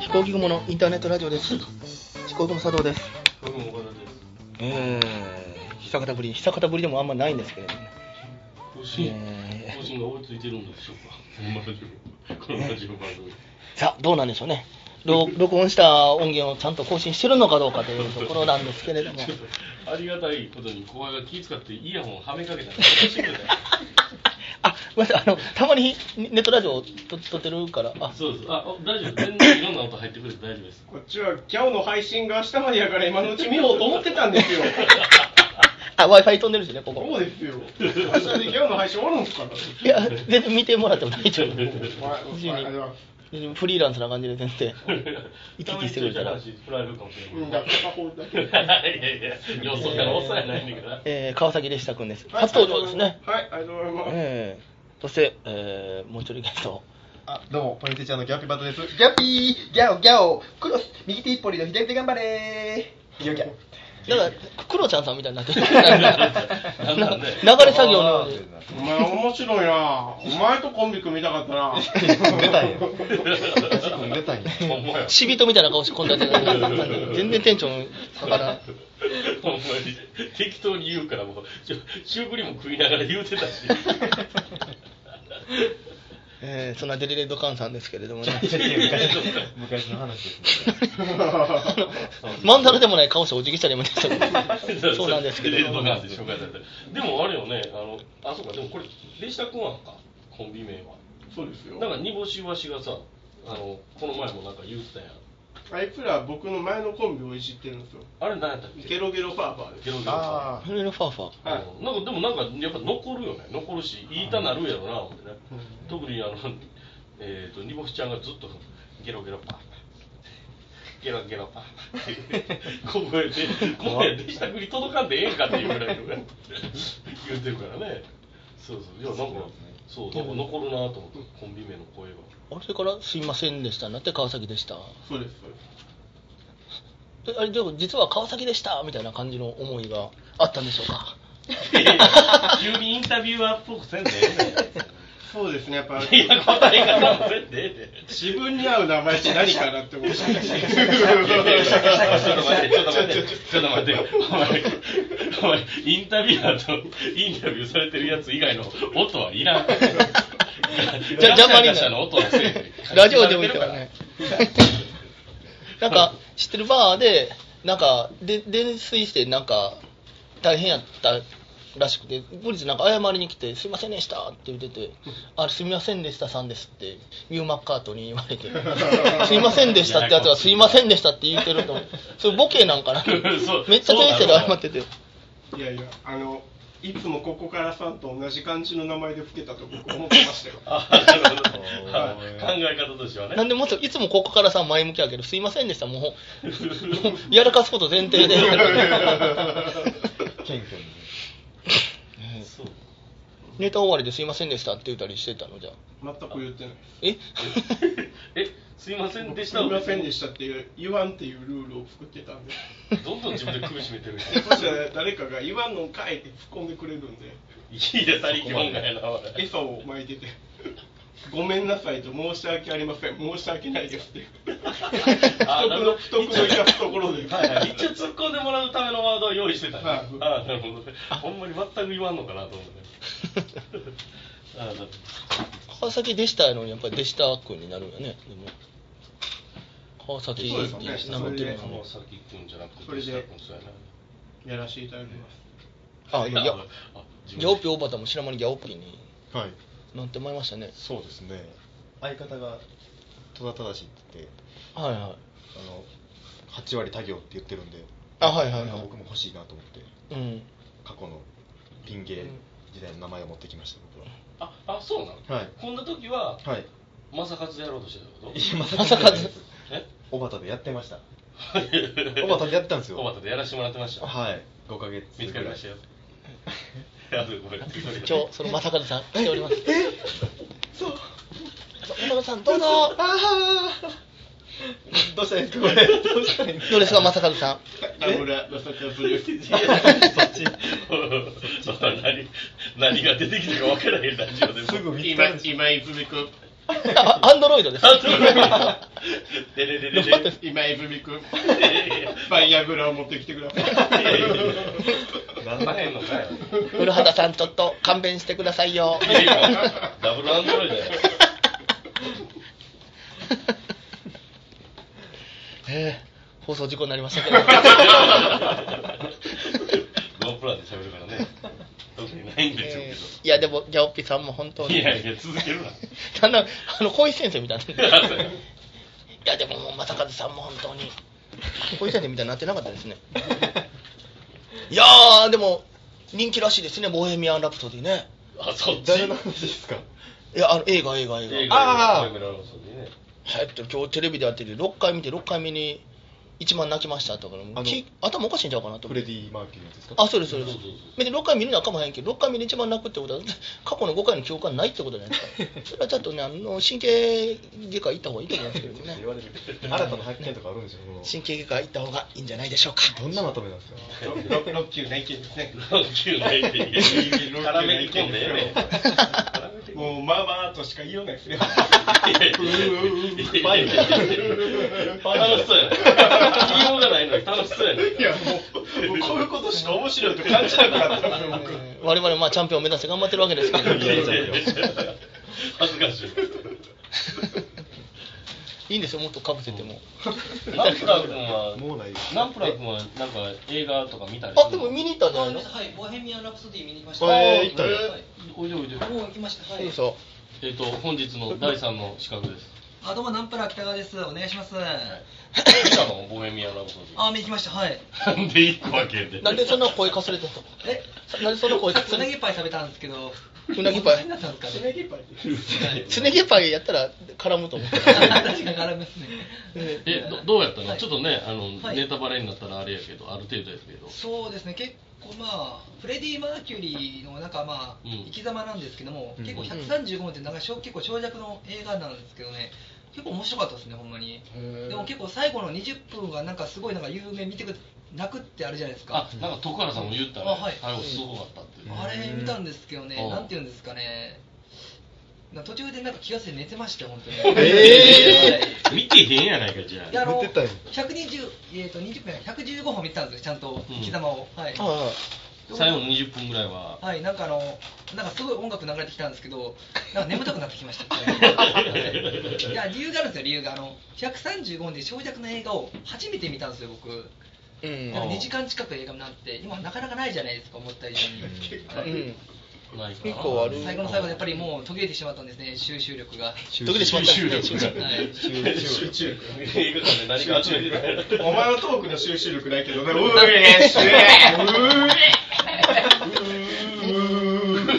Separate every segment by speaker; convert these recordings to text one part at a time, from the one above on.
Speaker 1: 飛行機雲のインターネットラジオです。飛行雲佐藤です。
Speaker 2: 僕も岡田です。
Speaker 1: えー、久方ぶり、久方ぶりでもあんまないんですけれどもね。
Speaker 2: 更新、
Speaker 1: えー
Speaker 2: 更新が追いついてるんでしょうか。 このラジオ、このラジオ番組。
Speaker 1: さあ、どうなんでしょうね。録録音した音源をちゃんと更新してるのかどうかというところなんですけれど も。
Speaker 2: ちょっとありがたいことに後輩が気使ってイヤホンはめかけたらおかしいぐらい
Speaker 1: あ、ごめんなさい、あの、たまにネットラジオと撮ってるから、あ、
Speaker 2: そうです。あ、お 大丈夫。全然いろんな音入ってくれて大丈夫です。
Speaker 3: こっちは今日の配信が明日までやから今のうち見ようと思ってたんですよ。
Speaker 1: あ、Wi-Fi 飛んでるしね、こ
Speaker 3: そ
Speaker 1: こ。
Speaker 3: うですよ。明日で今日の配信終わるんですから。
Speaker 1: いや、全然見てもらっても大丈 夫。
Speaker 3: お前お前あれは
Speaker 1: 全然フリーランスな感じで全然。 生き生きしてくれたら
Speaker 2: たまにちょいちょい話振られるかもし
Speaker 3: う
Speaker 2: れ
Speaker 3: ん
Speaker 2: な
Speaker 3: だ
Speaker 2: い。
Speaker 3: から片方だけ
Speaker 2: いやいや、よそからおっさんやないねんから。
Speaker 1: えー、川崎でしたくんです。初登場ですね。
Speaker 3: はい、ありがとうございます。
Speaker 1: えー、そして、えー、もう一人ゲスト。
Speaker 4: あ、どうも、ポニーテチャーのギャオピーバトです。ギャオピー、ギャオギャオ、クロス、右手一本の左手頑張れー。ギャオギャオ。
Speaker 1: だから、クロちゃんさんみたいにな ってる。な流れ作業のように。
Speaker 3: お前面白いなお前とコンビ組みたかったな
Speaker 4: 出たんや。出たんや。
Speaker 2: ほん まや。
Speaker 1: 死人みたいな顔してこんだけ全然テンション下が らん
Speaker 2: ほんまに適当に言うからもうちょシュークリーム食いながら言うてたし
Speaker 1: えー、そんなデリレッドカンさんですけれど もね
Speaker 4: 昔の話です、ね。
Speaker 1: まんざらでもない顔してお辞儀したりもでしたけど そうなんですけ
Speaker 2: レッ
Speaker 1: ど
Speaker 2: ドカードで紹介されてでもあれよねあのあそうかでもこれレシタ君はかコンビ名は
Speaker 3: そうですよ。
Speaker 2: なんか煮干しわしがさあのこの前もなんか言うてたやん
Speaker 3: あいつら僕の前のコンビをいじってるんですよ。
Speaker 2: あれ何やったっけ
Speaker 3: ゲロゲロファーファーです。
Speaker 2: ゲロゲロ
Speaker 4: あ
Speaker 1: フレルファーファー
Speaker 2: あのなんかでもなんかやっぱ残るよね残るし言いたなるやろな思ってね特にあのえっ、と煮干しちゃんがずっとゲロゲロパーゲロゲロパーって小声でもうやでしたくに届かんでええんかっていうぐらいの言うてるからねそうそういやなんかそうなんか残るなと思ってコンビ名の声が
Speaker 1: あれから「すいませんでした」なって川崎でした
Speaker 3: そうです、そうです。
Speaker 1: であれでも実は川崎でしたみたいな感じの思いがあったんでしょう か
Speaker 2: 急にインタビュアーっぽくせんで
Speaker 3: そうですね、やっぱ
Speaker 2: ええねんいや答え方もせんでええねん
Speaker 3: 自分に合う名前って何かなって思って。
Speaker 2: ちょっと待って、ちょっと待って、ちょっと待って、お前、お前、インタビュアーとインタビューされてるやつ以外の音はいらん。
Speaker 1: じゃあ邪魔に
Speaker 2: ガシャガシャの音はせえへん
Speaker 1: ラジオでもいいからね。 なんか、知ってるバーで、なんか、で、泥酔して、なんか、大変やったらしくて、後日なんか謝りに来て、すいませんでしたって言って て、あ、すみませんでしたさんですって、ミューマッカートに言われ て、すいませんでしたってやつは、すいませんでしたって言ってると思う。 それボケなんかな
Speaker 2: そう
Speaker 1: めっちゃ先生で謝ってて。
Speaker 3: いやいや、あの、いつもここからさんと同じ感じの名前で付けたと僕思ってましたよ。
Speaker 2: あなるほどあ考え方としては
Speaker 1: な
Speaker 2: ね。
Speaker 1: んでもっといつもここからさ前向きやけどすいませんでしたもうもうやらかすこと前提で
Speaker 4: 謙虚にね。
Speaker 2: そう
Speaker 1: ネタ終わりですいませんでしたって言ったりしてたのじゃあ
Speaker 3: 全く言ってない。
Speaker 1: え
Speaker 2: え、すいませんでした。
Speaker 3: すみませんでしたっていう言わんっていうルールを作ってたんで、
Speaker 2: どんどん自分で苦しめてる。
Speaker 3: そしたら誰かが言わんのんかいって突っ込んでくれるんで、
Speaker 2: いいで、他力本願やな、おい
Speaker 3: 餌を巻いてて、ごめんなさいと申し訳ありません、申し訳ないですって、
Speaker 2: あ
Speaker 3: 不
Speaker 2: なる
Speaker 3: 徳の
Speaker 2: ほ
Speaker 3: 不
Speaker 2: ど
Speaker 3: 徳のいたすところで、
Speaker 2: はいはい一応突っ込んでもらうためのワードは用意してた、ね
Speaker 3: はい
Speaker 2: ああなるほどねほんまに全く言わんのかなと思ってねああなるほど
Speaker 1: 川崎でしたやのにやっぱりでしたくんになるんやねでも川崎
Speaker 3: そうですよね
Speaker 1: って名乗ってるの
Speaker 3: それ
Speaker 1: ね
Speaker 2: 川崎君じゃなくて
Speaker 3: それで
Speaker 2: 吉田君そうやな
Speaker 3: やらせていただきます。
Speaker 1: あいやいや
Speaker 2: ああ自
Speaker 1: ギャオ
Speaker 2: 分で
Speaker 1: ピオバタも知らん間にギャオピに
Speaker 4: はい。
Speaker 1: なってまいりましたね
Speaker 4: そうですね。相方が、戸田正しって言って、
Speaker 1: はいはい
Speaker 4: あの、8割他行って言ってるんで、
Speaker 1: あはいはい
Speaker 4: なん
Speaker 1: は
Speaker 4: か
Speaker 1: い
Speaker 4: 僕も欲しいなと思って、
Speaker 1: うん
Speaker 4: 過去のピン芸時代の名前を持ってきました、僕
Speaker 2: ああそうなの、
Speaker 4: は。はい。
Speaker 2: こんな時は
Speaker 4: はい。
Speaker 2: マサカツでやろうとしてたこと
Speaker 4: 今
Speaker 1: まさかず
Speaker 2: え
Speaker 4: おばたでやってました。おばたでやったんですよ。
Speaker 2: 小畑でやらせてもらってました
Speaker 4: はい。5ヶ月ぐらい。
Speaker 2: 見つかりましたよあ ごめん
Speaker 1: 一応その正和さん来ておりますえそう野さんどうぞ
Speaker 4: ああ どうしたらいいですかこれどうしたらいいんです
Speaker 1: どうですか正和さん
Speaker 3: 名村正和です。
Speaker 4: かそっち
Speaker 2: 何何が出てきたか分からへんラジオでも
Speaker 4: すぐ見つ
Speaker 3: 今
Speaker 4: かるんです
Speaker 3: 今泉君、
Speaker 1: あアンドロイドです。
Speaker 2: でれれれれ
Speaker 3: 今、エブミ君、バイアグラを持ってきてください。
Speaker 2: 頑張れんのかよ
Speaker 1: 古畑さん、ちょっと勘弁してくださいよ。
Speaker 2: いやいやダブルアンドロイドや
Speaker 1: えー放送事故になりました けど。
Speaker 2: ノープランで喋るからね特にないんでしょう
Speaker 1: え
Speaker 2: け
Speaker 1: ーいや、でも、ギャオッピさんも本当
Speaker 2: ど、い
Speaker 1: に。
Speaker 2: やいや続ける な
Speaker 1: だんだん、あの、小石先生みたいになってる。いや、でも、もう正和さんも本当に。小石先生みたいになってなかったですね。 いやー、でも、人気らしいですね、ボヘミアン・ラプソディね。
Speaker 2: あそっち
Speaker 4: 誰の話ですか
Speaker 1: いや、あの、映画、映画、映画。
Speaker 2: 映
Speaker 1: 映
Speaker 2: 画
Speaker 1: 画
Speaker 4: あー
Speaker 2: ボヘミアンラプソディね
Speaker 1: はい、今日テレビでやってて、6回見て、6回目に一番泣きましたとか、
Speaker 4: の
Speaker 1: き頭おかしいんちゃうかなと
Speaker 4: フ
Speaker 1: 思って。
Speaker 4: レディ・マーキュリーのやつですか
Speaker 1: あ、そうです、そうです
Speaker 2: そうそうそう。
Speaker 1: 別に6回見るのはかまへんけど、6回目で一番泣くってことは、過去の5回の記憶がないってことじゃ ないですか。それはちょっとね、あの神経外科行った方がいいと思うんですけどね
Speaker 4: 言。われる新たな発見とかあるんでしょこ
Speaker 1: 神経外科行った方がいいんじゃないでしょうか。
Speaker 4: のどんなまとめなんですか
Speaker 3: 6級、内級ですね。
Speaker 2: ロッキーの 演技絡めに込んでええねん
Speaker 3: もう、まあまあとしか言いようないですね。
Speaker 2: 楽しそうやね言いようがないのに楽しそうやね
Speaker 3: いや、もう、もうこういうことしか面白いと感じなくなったんですよ、僕。
Speaker 1: えー我々、まあ、チャンピオンを目指して頑張ってるわけですけ ど、
Speaker 4: いやいやいや
Speaker 2: 恥ずかしい
Speaker 1: いいんですよ、もっとかぶせても。
Speaker 2: ナンプラー君は
Speaker 4: もうないです
Speaker 2: ナンプラー君はなんか映画とか見たり
Speaker 1: あ、でも見に行ったんじゃないの
Speaker 5: はい、ボヘミアン・ラプソディ見に行きました。
Speaker 4: えー行ったんや
Speaker 5: はい
Speaker 2: おいでおいで
Speaker 5: もう行きました。はい。
Speaker 1: そうそ
Speaker 2: えっと本日の第三の資格です
Speaker 5: あ、どうも、ナンプラー北川です。お願いします。
Speaker 2: 見たのボヘミアン・ラブソ
Speaker 5: あ、見に行きました。はい。
Speaker 2: ディなんで一個分け
Speaker 1: う。
Speaker 2: て
Speaker 1: なんでそんな声かすれてんの
Speaker 5: え、
Speaker 1: なんでそんな声かす
Speaker 5: うな
Speaker 1: れて
Speaker 5: ぎパイ食べたんですけど。
Speaker 1: うなぎパイ
Speaker 5: 何だったんですかね。
Speaker 1: すね毛パイやったら絡むと思う。
Speaker 5: 確かに絡みますね。
Speaker 1: え
Speaker 2: えどどうやったの、ちょっとねあの、
Speaker 5: はい
Speaker 2: ネタバレになったらあれやけどある程度やけど
Speaker 5: そうですね。結構まあフレディ・マーキュリーのなんかま
Speaker 2: う
Speaker 5: あ、
Speaker 2: ん
Speaker 5: 生き様なんですけども、
Speaker 4: うん
Speaker 5: 結構135分ってなんかしょ結構長尺の映画なんですけどね。結構面白かったですね、ほんまに。でも結構最後の20分がなんかすごいなんか有名見てく泣くってあるじゃないですか
Speaker 2: あ。なんか徳原さんも言ったね
Speaker 5: あはい
Speaker 2: 最後すごかったっていう、
Speaker 5: あれ見たんですけどね
Speaker 2: う、ん
Speaker 5: なんていうんですかね、な途中でなんか気が付いて寝てましたよ、本当に。
Speaker 4: え
Speaker 2: 見てへんやないかじゃ
Speaker 5: いや
Speaker 2: あ
Speaker 5: あの
Speaker 4: 寝てたんや
Speaker 5: 120、えっと20分や115本見てたんですよ、ちゃんと
Speaker 2: うん
Speaker 5: 生き様を、はい、
Speaker 1: あ
Speaker 2: 最後の20分ぐらいは
Speaker 5: はい、なんかあの、なんかすごい音楽流れてきたんですけど、なんか眠たくなってきました、 いや、理由があるんですよ、理由が、あの135本で長尺の映画を初めて見たんですよ、僕、
Speaker 1: あうん
Speaker 5: なんか2時間近く映画なんて、今、なかなかないじゃないですか、思った以上に。
Speaker 1: うん
Speaker 2: ないかな
Speaker 1: 結構ある
Speaker 5: 最後の最後でやっぱりもう途切れてしまったんですね、収集力が。
Speaker 4: 集
Speaker 1: 途切れてしまったんですね
Speaker 5: はい
Speaker 2: 集中力映画館で何か集めてる
Speaker 3: お前はトークの収集力ないけ ど、うーえーし
Speaker 5: ラスト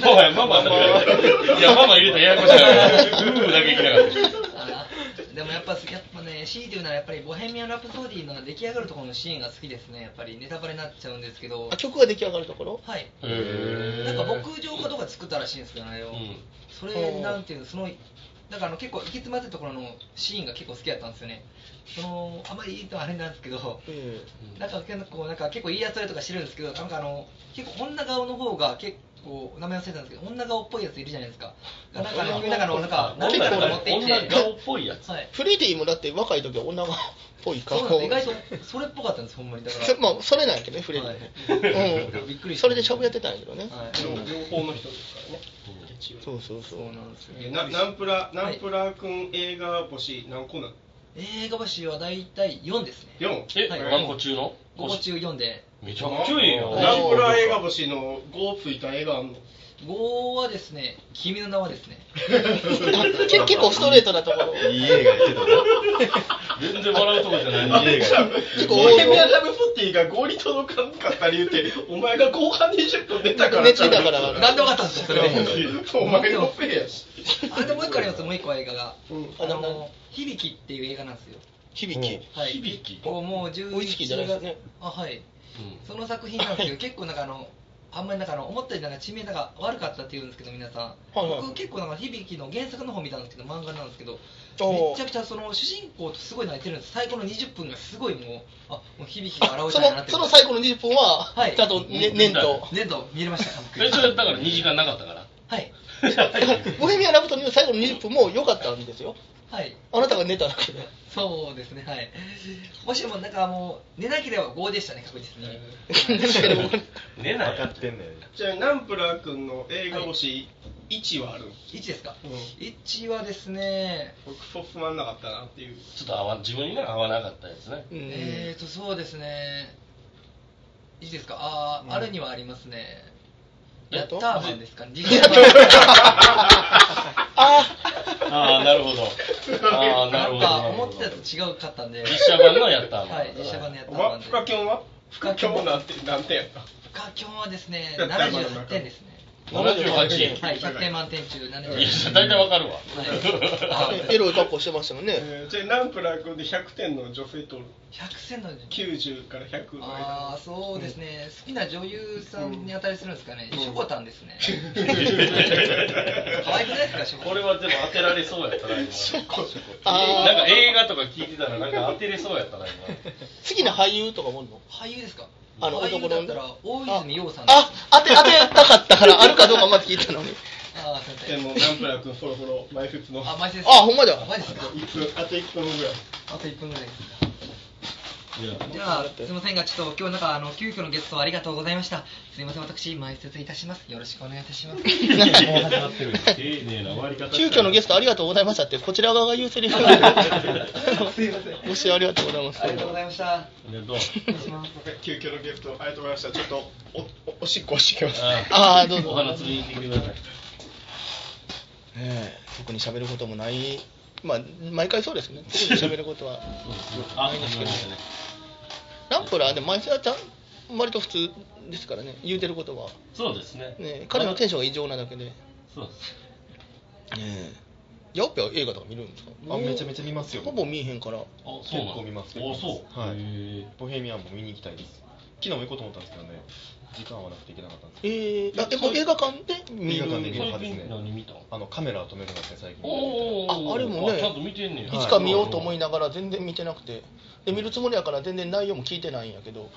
Speaker 5: 中
Speaker 2: もはやママだいやママ入れたらややこしいなうーだけいきながら
Speaker 5: あー でもやっぱすやっぱね C というのはやっぱりボヘミアン・ラプソディの出来上がるところのシーンが好きですねやっぱりネタバレになっちゃうんですけど
Speaker 1: あ曲が出来上がるところ
Speaker 5: はい
Speaker 2: へ
Speaker 5: なんか牧場かどうか作ったらしいんですけどねあれを、
Speaker 2: うん
Speaker 5: それなんていうのそのなんかあの結構行き詰まってるところのシーンが結構好きだったんですよねそのあんまり言うとあれなんですけど
Speaker 1: うん
Speaker 5: なんか結構なんか結構言い争いとかしてるんですけどなんかあの結構女顔の方が結構名前忘れたんですけど女顔っぽいやついるじゃないですかなんかあのみんながあのなんか何
Speaker 2: 女
Speaker 5: か
Speaker 2: が
Speaker 5: 持っていって
Speaker 2: 女顔っぽいやつ
Speaker 5: はい
Speaker 1: フレディもだって若い時は女がっぽい
Speaker 5: そう
Speaker 1: 顔
Speaker 5: なんです意外とそれっぽかったんですほんまにだから
Speaker 1: そまあそれなんやけどねフレディね
Speaker 5: はいびっく
Speaker 1: う
Speaker 5: り
Speaker 1: ん
Speaker 5: した
Speaker 1: それで喋ってたんやけどね
Speaker 5: はい
Speaker 3: 両方の人ですからね。
Speaker 1: そうそうそ
Speaker 5: そううなんですよ
Speaker 3: なナンプラナンプラー君映画星何個なの
Speaker 5: 映画星は大体4ですね
Speaker 3: ?4
Speaker 2: え、
Speaker 5: はい
Speaker 2: 何個中の
Speaker 5: 5個中4で
Speaker 2: めちゃくちゃいいよ
Speaker 3: ナンプラー映画星の5ついた映画あんの
Speaker 5: 5はですね「君の名は」ですね
Speaker 1: け結構ストレートなところ
Speaker 4: いい映画やってたな
Speaker 2: 全然笑うとこじゃないのに
Speaker 4: いい映画や
Speaker 1: 結構
Speaker 3: ボヘミアン・ラブソティが5に届かんかった理由ってお前が後半20分出たから
Speaker 1: 寝てたから
Speaker 5: なんで分かったんですかそれ
Speaker 3: お前のせいやし
Speaker 5: あでもう一個ありますもう一個は映画が
Speaker 3: うん
Speaker 5: あの「響き」っていう映画なんですよ
Speaker 1: 響き
Speaker 5: はい
Speaker 2: 響き
Speaker 5: こうもう11
Speaker 1: ウイスキーじゃないですね
Speaker 5: あはい
Speaker 2: うん
Speaker 5: その作品なんですけど結構なんかあのあんまりなんかあの思ったよりなんか知名度が悪かったっていうんですけど皆さん、
Speaker 1: はいはい
Speaker 5: 僕結構なんか響きの原作の方見たんですけど漫画なんですけど
Speaker 1: おー
Speaker 5: めちゃくちゃその主人公とすごい泣いてるんです最後の20分がすごいもうあもう響きが
Speaker 1: あ
Speaker 5: 現
Speaker 1: そ
Speaker 5: れたんやなっ
Speaker 1: の
Speaker 5: て
Speaker 1: その最後の20分は
Speaker 5: はい
Speaker 1: ちゃんとね
Speaker 2: うん
Speaker 1: 念と
Speaker 5: 全部見れました
Speaker 2: えそれだから2時間なかったから
Speaker 5: はい
Speaker 2: やっぱり
Speaker 1: ボヘミアン・ラプソディの最後の20分も良かったんですよ。
Speaker 5: はい
Speaker 1: あなたが寝た中で。
Speaker 5: そうですねはいもしもなんかもう寝なければ5でしたね確実に
Speaker 2: 寝ない
Speaker 4: 分かってんねん
Speaker 3: じゃあナンプラー君の映画星1はある、
Speaker 5: 1ですか、
Speaker 3: うん
Speaker 5: 一1はですね
Speaker 3: 僕クソつまんなかったなっていう
Speaker 2: ちょっと合わ自分には合わなかったですね
Speaker 1: うん
Speaker 5: えーとそうですねいいですかあー、あるにはありますね
Speaker 1: えっ
Speaker 5: タ
Speaker 1: と
Speaker 5: ーバンで すかねリキターバ
Speaker 2: ああなるほどああ
Speaker 5: ン
Speaker 2: なるほ
Speaker 5: なん
Speaker 2: ど
Speaker 5: か思ってたと違かったんで
Speaker 2: 実写版のやったんだ
Speaker 5: はい実写版のやったん
Speaker 3: わ
Speaker 5: で
Speaker 3: フカキョンは
Speaker 5: フ
Speaker 3: フ
Speaker 5: カ
Speaker 3: カ
Speaker 5: キ
Speaker 3: キ
Speaker 5: ョン
Speaker 3: ョンなんて何点やった
Speaker 5: 深きょんはですね
Speaker 3: だから
Speaker 5: 78点ですね
Speaker 2: 78
Speaker 5: はい100点満点中
Speaker 2: いや
Speaker 5: 78点
Speaker 2: 大体わかるわ、
Speaker 5: はい
Speaker 1: エロい格好してましたもんね。
Speaker 3: えーじゃあナンプラー君で100点の女性と
Speaker 5: 100点の
Speaker 3: 90から100の
Speaker 5: ああ
Speaker 3: 間
Speaker 5: そうですね、好きな女優さんに当たりするんですかね、しょこたんですね可愛くないですかしょこ
Speaker 2: これはでも当てられそうやったな今
Speaker 1: あー
Speaker 2: なんか映画とか聞いてたらなんか当てれそうやったな今
Speaker 1: 好きな俳優とかもんの
Speaker 5: 俳優ですか
Speaker 1: あの
Speaker 5: 俳優
Speaker 1: 男
Speaker 5: だ
Speaker 1: の
Speaker 5: ったら大泉洋さん
Speaker 1: ああ当て当てたかったからあるかどうかまで聞いたの に
Speaker 5: あーす
Speaker 3: で
Speaker 5: いません
Speaker 3: もナンプラー君そろそろ前説の
Speaker 5: あマジです
Speaker 1: あほんまだ
Speaker 5: マジですか
Speaker 3: 一分あと1分ぐらい
Speaker 5: あと1分ぐらいです
Speaker 2: いや
Speaker 5: じゃあすいませんがちょっと今日なんかあの急遽のゲストありがとうございましたすいません私埋設いたしますよろしくお願いいたします
Speaker 2: 丁寧な終わり方
Speaker 1: 急遽のゲストありがとうございましたってこちら側が言うセ リフ
Speaker 5: すいません
Speaker 1: ご視聴ありがとうございまし
Speaker 5: ありがとうご
Speaker 1: た
Speaker 5: ざいました
Speaker 2: ねどう
Speaker 3: 急遽のゲストありがとうございましたちょっとおおおしっこしてきます
Speaker 1: あーどうぞ
Speaker 2: お花釣りに行ってきてください
Speaker 1: ええ特に喋ることもないまあ毎回そうですね特に喋ること は
Speaker 2: あ、始まりましたね
Speaker 1: ランプラーで毎週はちゃん割と普通ですからね言うてることは、
Speaker 2: そうですね
Speaker 1: ね、彼のテンションが異常なだけで、ね
Speaker 2: そうです
Speaker 1: え、ヤオピは映画とか見るんですか
Speaker 4: あめちゃめちゃ見ますよ
Speaker 1: ほぼ見えへんから
Speaker 2: あ、そうなん
Speaker 4: 結構見ます
Speaker 2: あ、そう
Speaker 4: は
Speaker 2: へ
Speaker 4: い
Speaker 2: え
Speaker 4: ボヘミアンも見に行きたいです昨日も行こうと思ったんですけどね時間合わなくて行けなかったんです
Speaker 1: えー、あでも映画館で見
Speaker 4: 映画
Speaker 1: る
Speaker 4: 館で見る派ですね
Speaker 2: 最近何見た
Speaker 4: あのカメラを止めるのですね最近
Speaker 2: おー
Speaker 1: ああれもね
Speaker 2: ちゃんと見てんね
Speaker 1: い
Speaker 2: や
Speaker 1: つか見ようと思いながら全然見てなくてで見るつもりやから全然内容も聞いてないんやけど、
Speaker 4: はい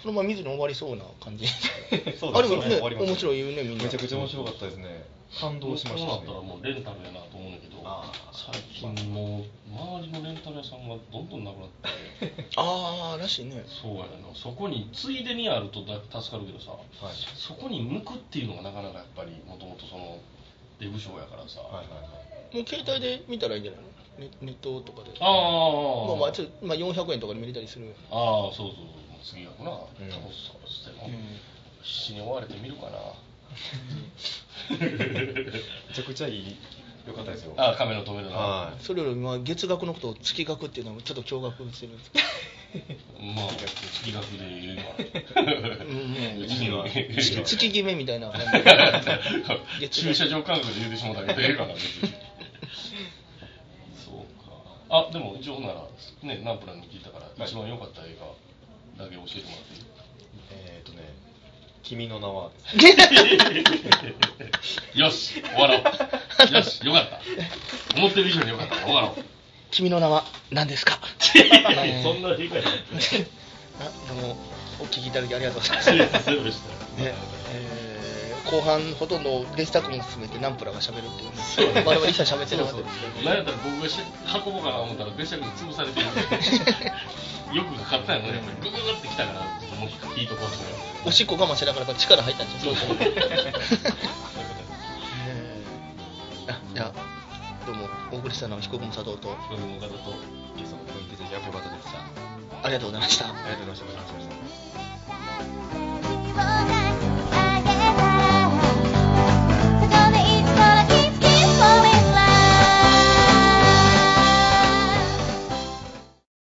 Speaker 1: そのまま見ずに終わりそうな感じ
Speaker 4: そう
Speaker 1: あれ
Speaker 4: です
Speaker 1: も
Speaker 4: ね
Speaker 1: ね
Speaker 4: 終わりました
Speaker 1: 面白いよねみんな
Speaker 4: めちゃくちゃ面白かったですね感動しました
Speaker 2: こうなっ
Speaker 4: ね
Speaker 2: たらもうレンタルやなと思うんだけど
Speaker 4: あ
Speaker 2: 最近もう周りのレンタル屋さんがどんどんなくなって
Speaker 1: ああらしいね
Speaker 2: そうやなそこについでにあるとだ助かるけどさ、
Speaker 4: い
Speaker 2: そこに向くっていうのがなかなかやっぱりもともとそのデブ賞やからさ、
Speaker 4: はいはいはい
Speaker 1: もう携帯で見たらいいんじゃないのネネットとかで
Speaker 2: ああ
Speaker 1: まあまあちょっとまあ400円とかで見れたりする
Speaker 2: ああそうそうそう次やくな、
Speaker 4: ん
Speaker 2: タコスさんつっても、
Speaker 1: うん
Speaker 2: 必死に追われてみるか な
Speaker 4: めちゃくちゃいい良かったですよ
Speaker 2: ああカメラ止めるな、
Speaker 4: はい
Speaker 1: それよりまあ月額のことを月額っていうのはちょっと驚愕 してるんですけど
Speaker 2: まあ月額で言えば
Speaker 1: うん
Speaker 2: うちには
Speaker 1: 月月決めみたいな感じ月額
Speaker 2: 駐車場感覚で言うてしまったけどええかな別にそうかあでも一応ほんならねナンプラーに聞いたから、
Speaker 4: はい
Speaker 2: 一番良かった映画だけ教えてもらっていい
Speaker 4: えーっとね君の名はですね
Speaker 2: よし終わろうよしよかった思ってる以上によかった終わろう
Speaker 1: 君の名は何ですかね
Speaker 2: そんな理解ない
Speaker 1: ああのお聞きいただきありがとうございます
Speaker 2: 失礼失礼した
Speaker 1: ねえー後半ほとんどデジタ君含めてナンプラーが喋るって いうね我々一切喋ってなかったですけど
Speaker 2: なんやったら僕がし運ぼうかな思ったら電車に潰されて るよくかかったんやろやっぱりグググってきたからもういいとこっすね
Speaker 1: おしっこ我慢しながら力入ったんじゃない
Speaker 2: そうそう
Speaker 1: あじゃあどうもお送りしたのは彦君佐藤と
Speaker 2: そういう方と
Speaker 4: ゲストのコミュニティでジャンプバトルでしたあ
Speaker 1: ありがとうございました
Speaker 4: りがとうございましたお疲れ様でした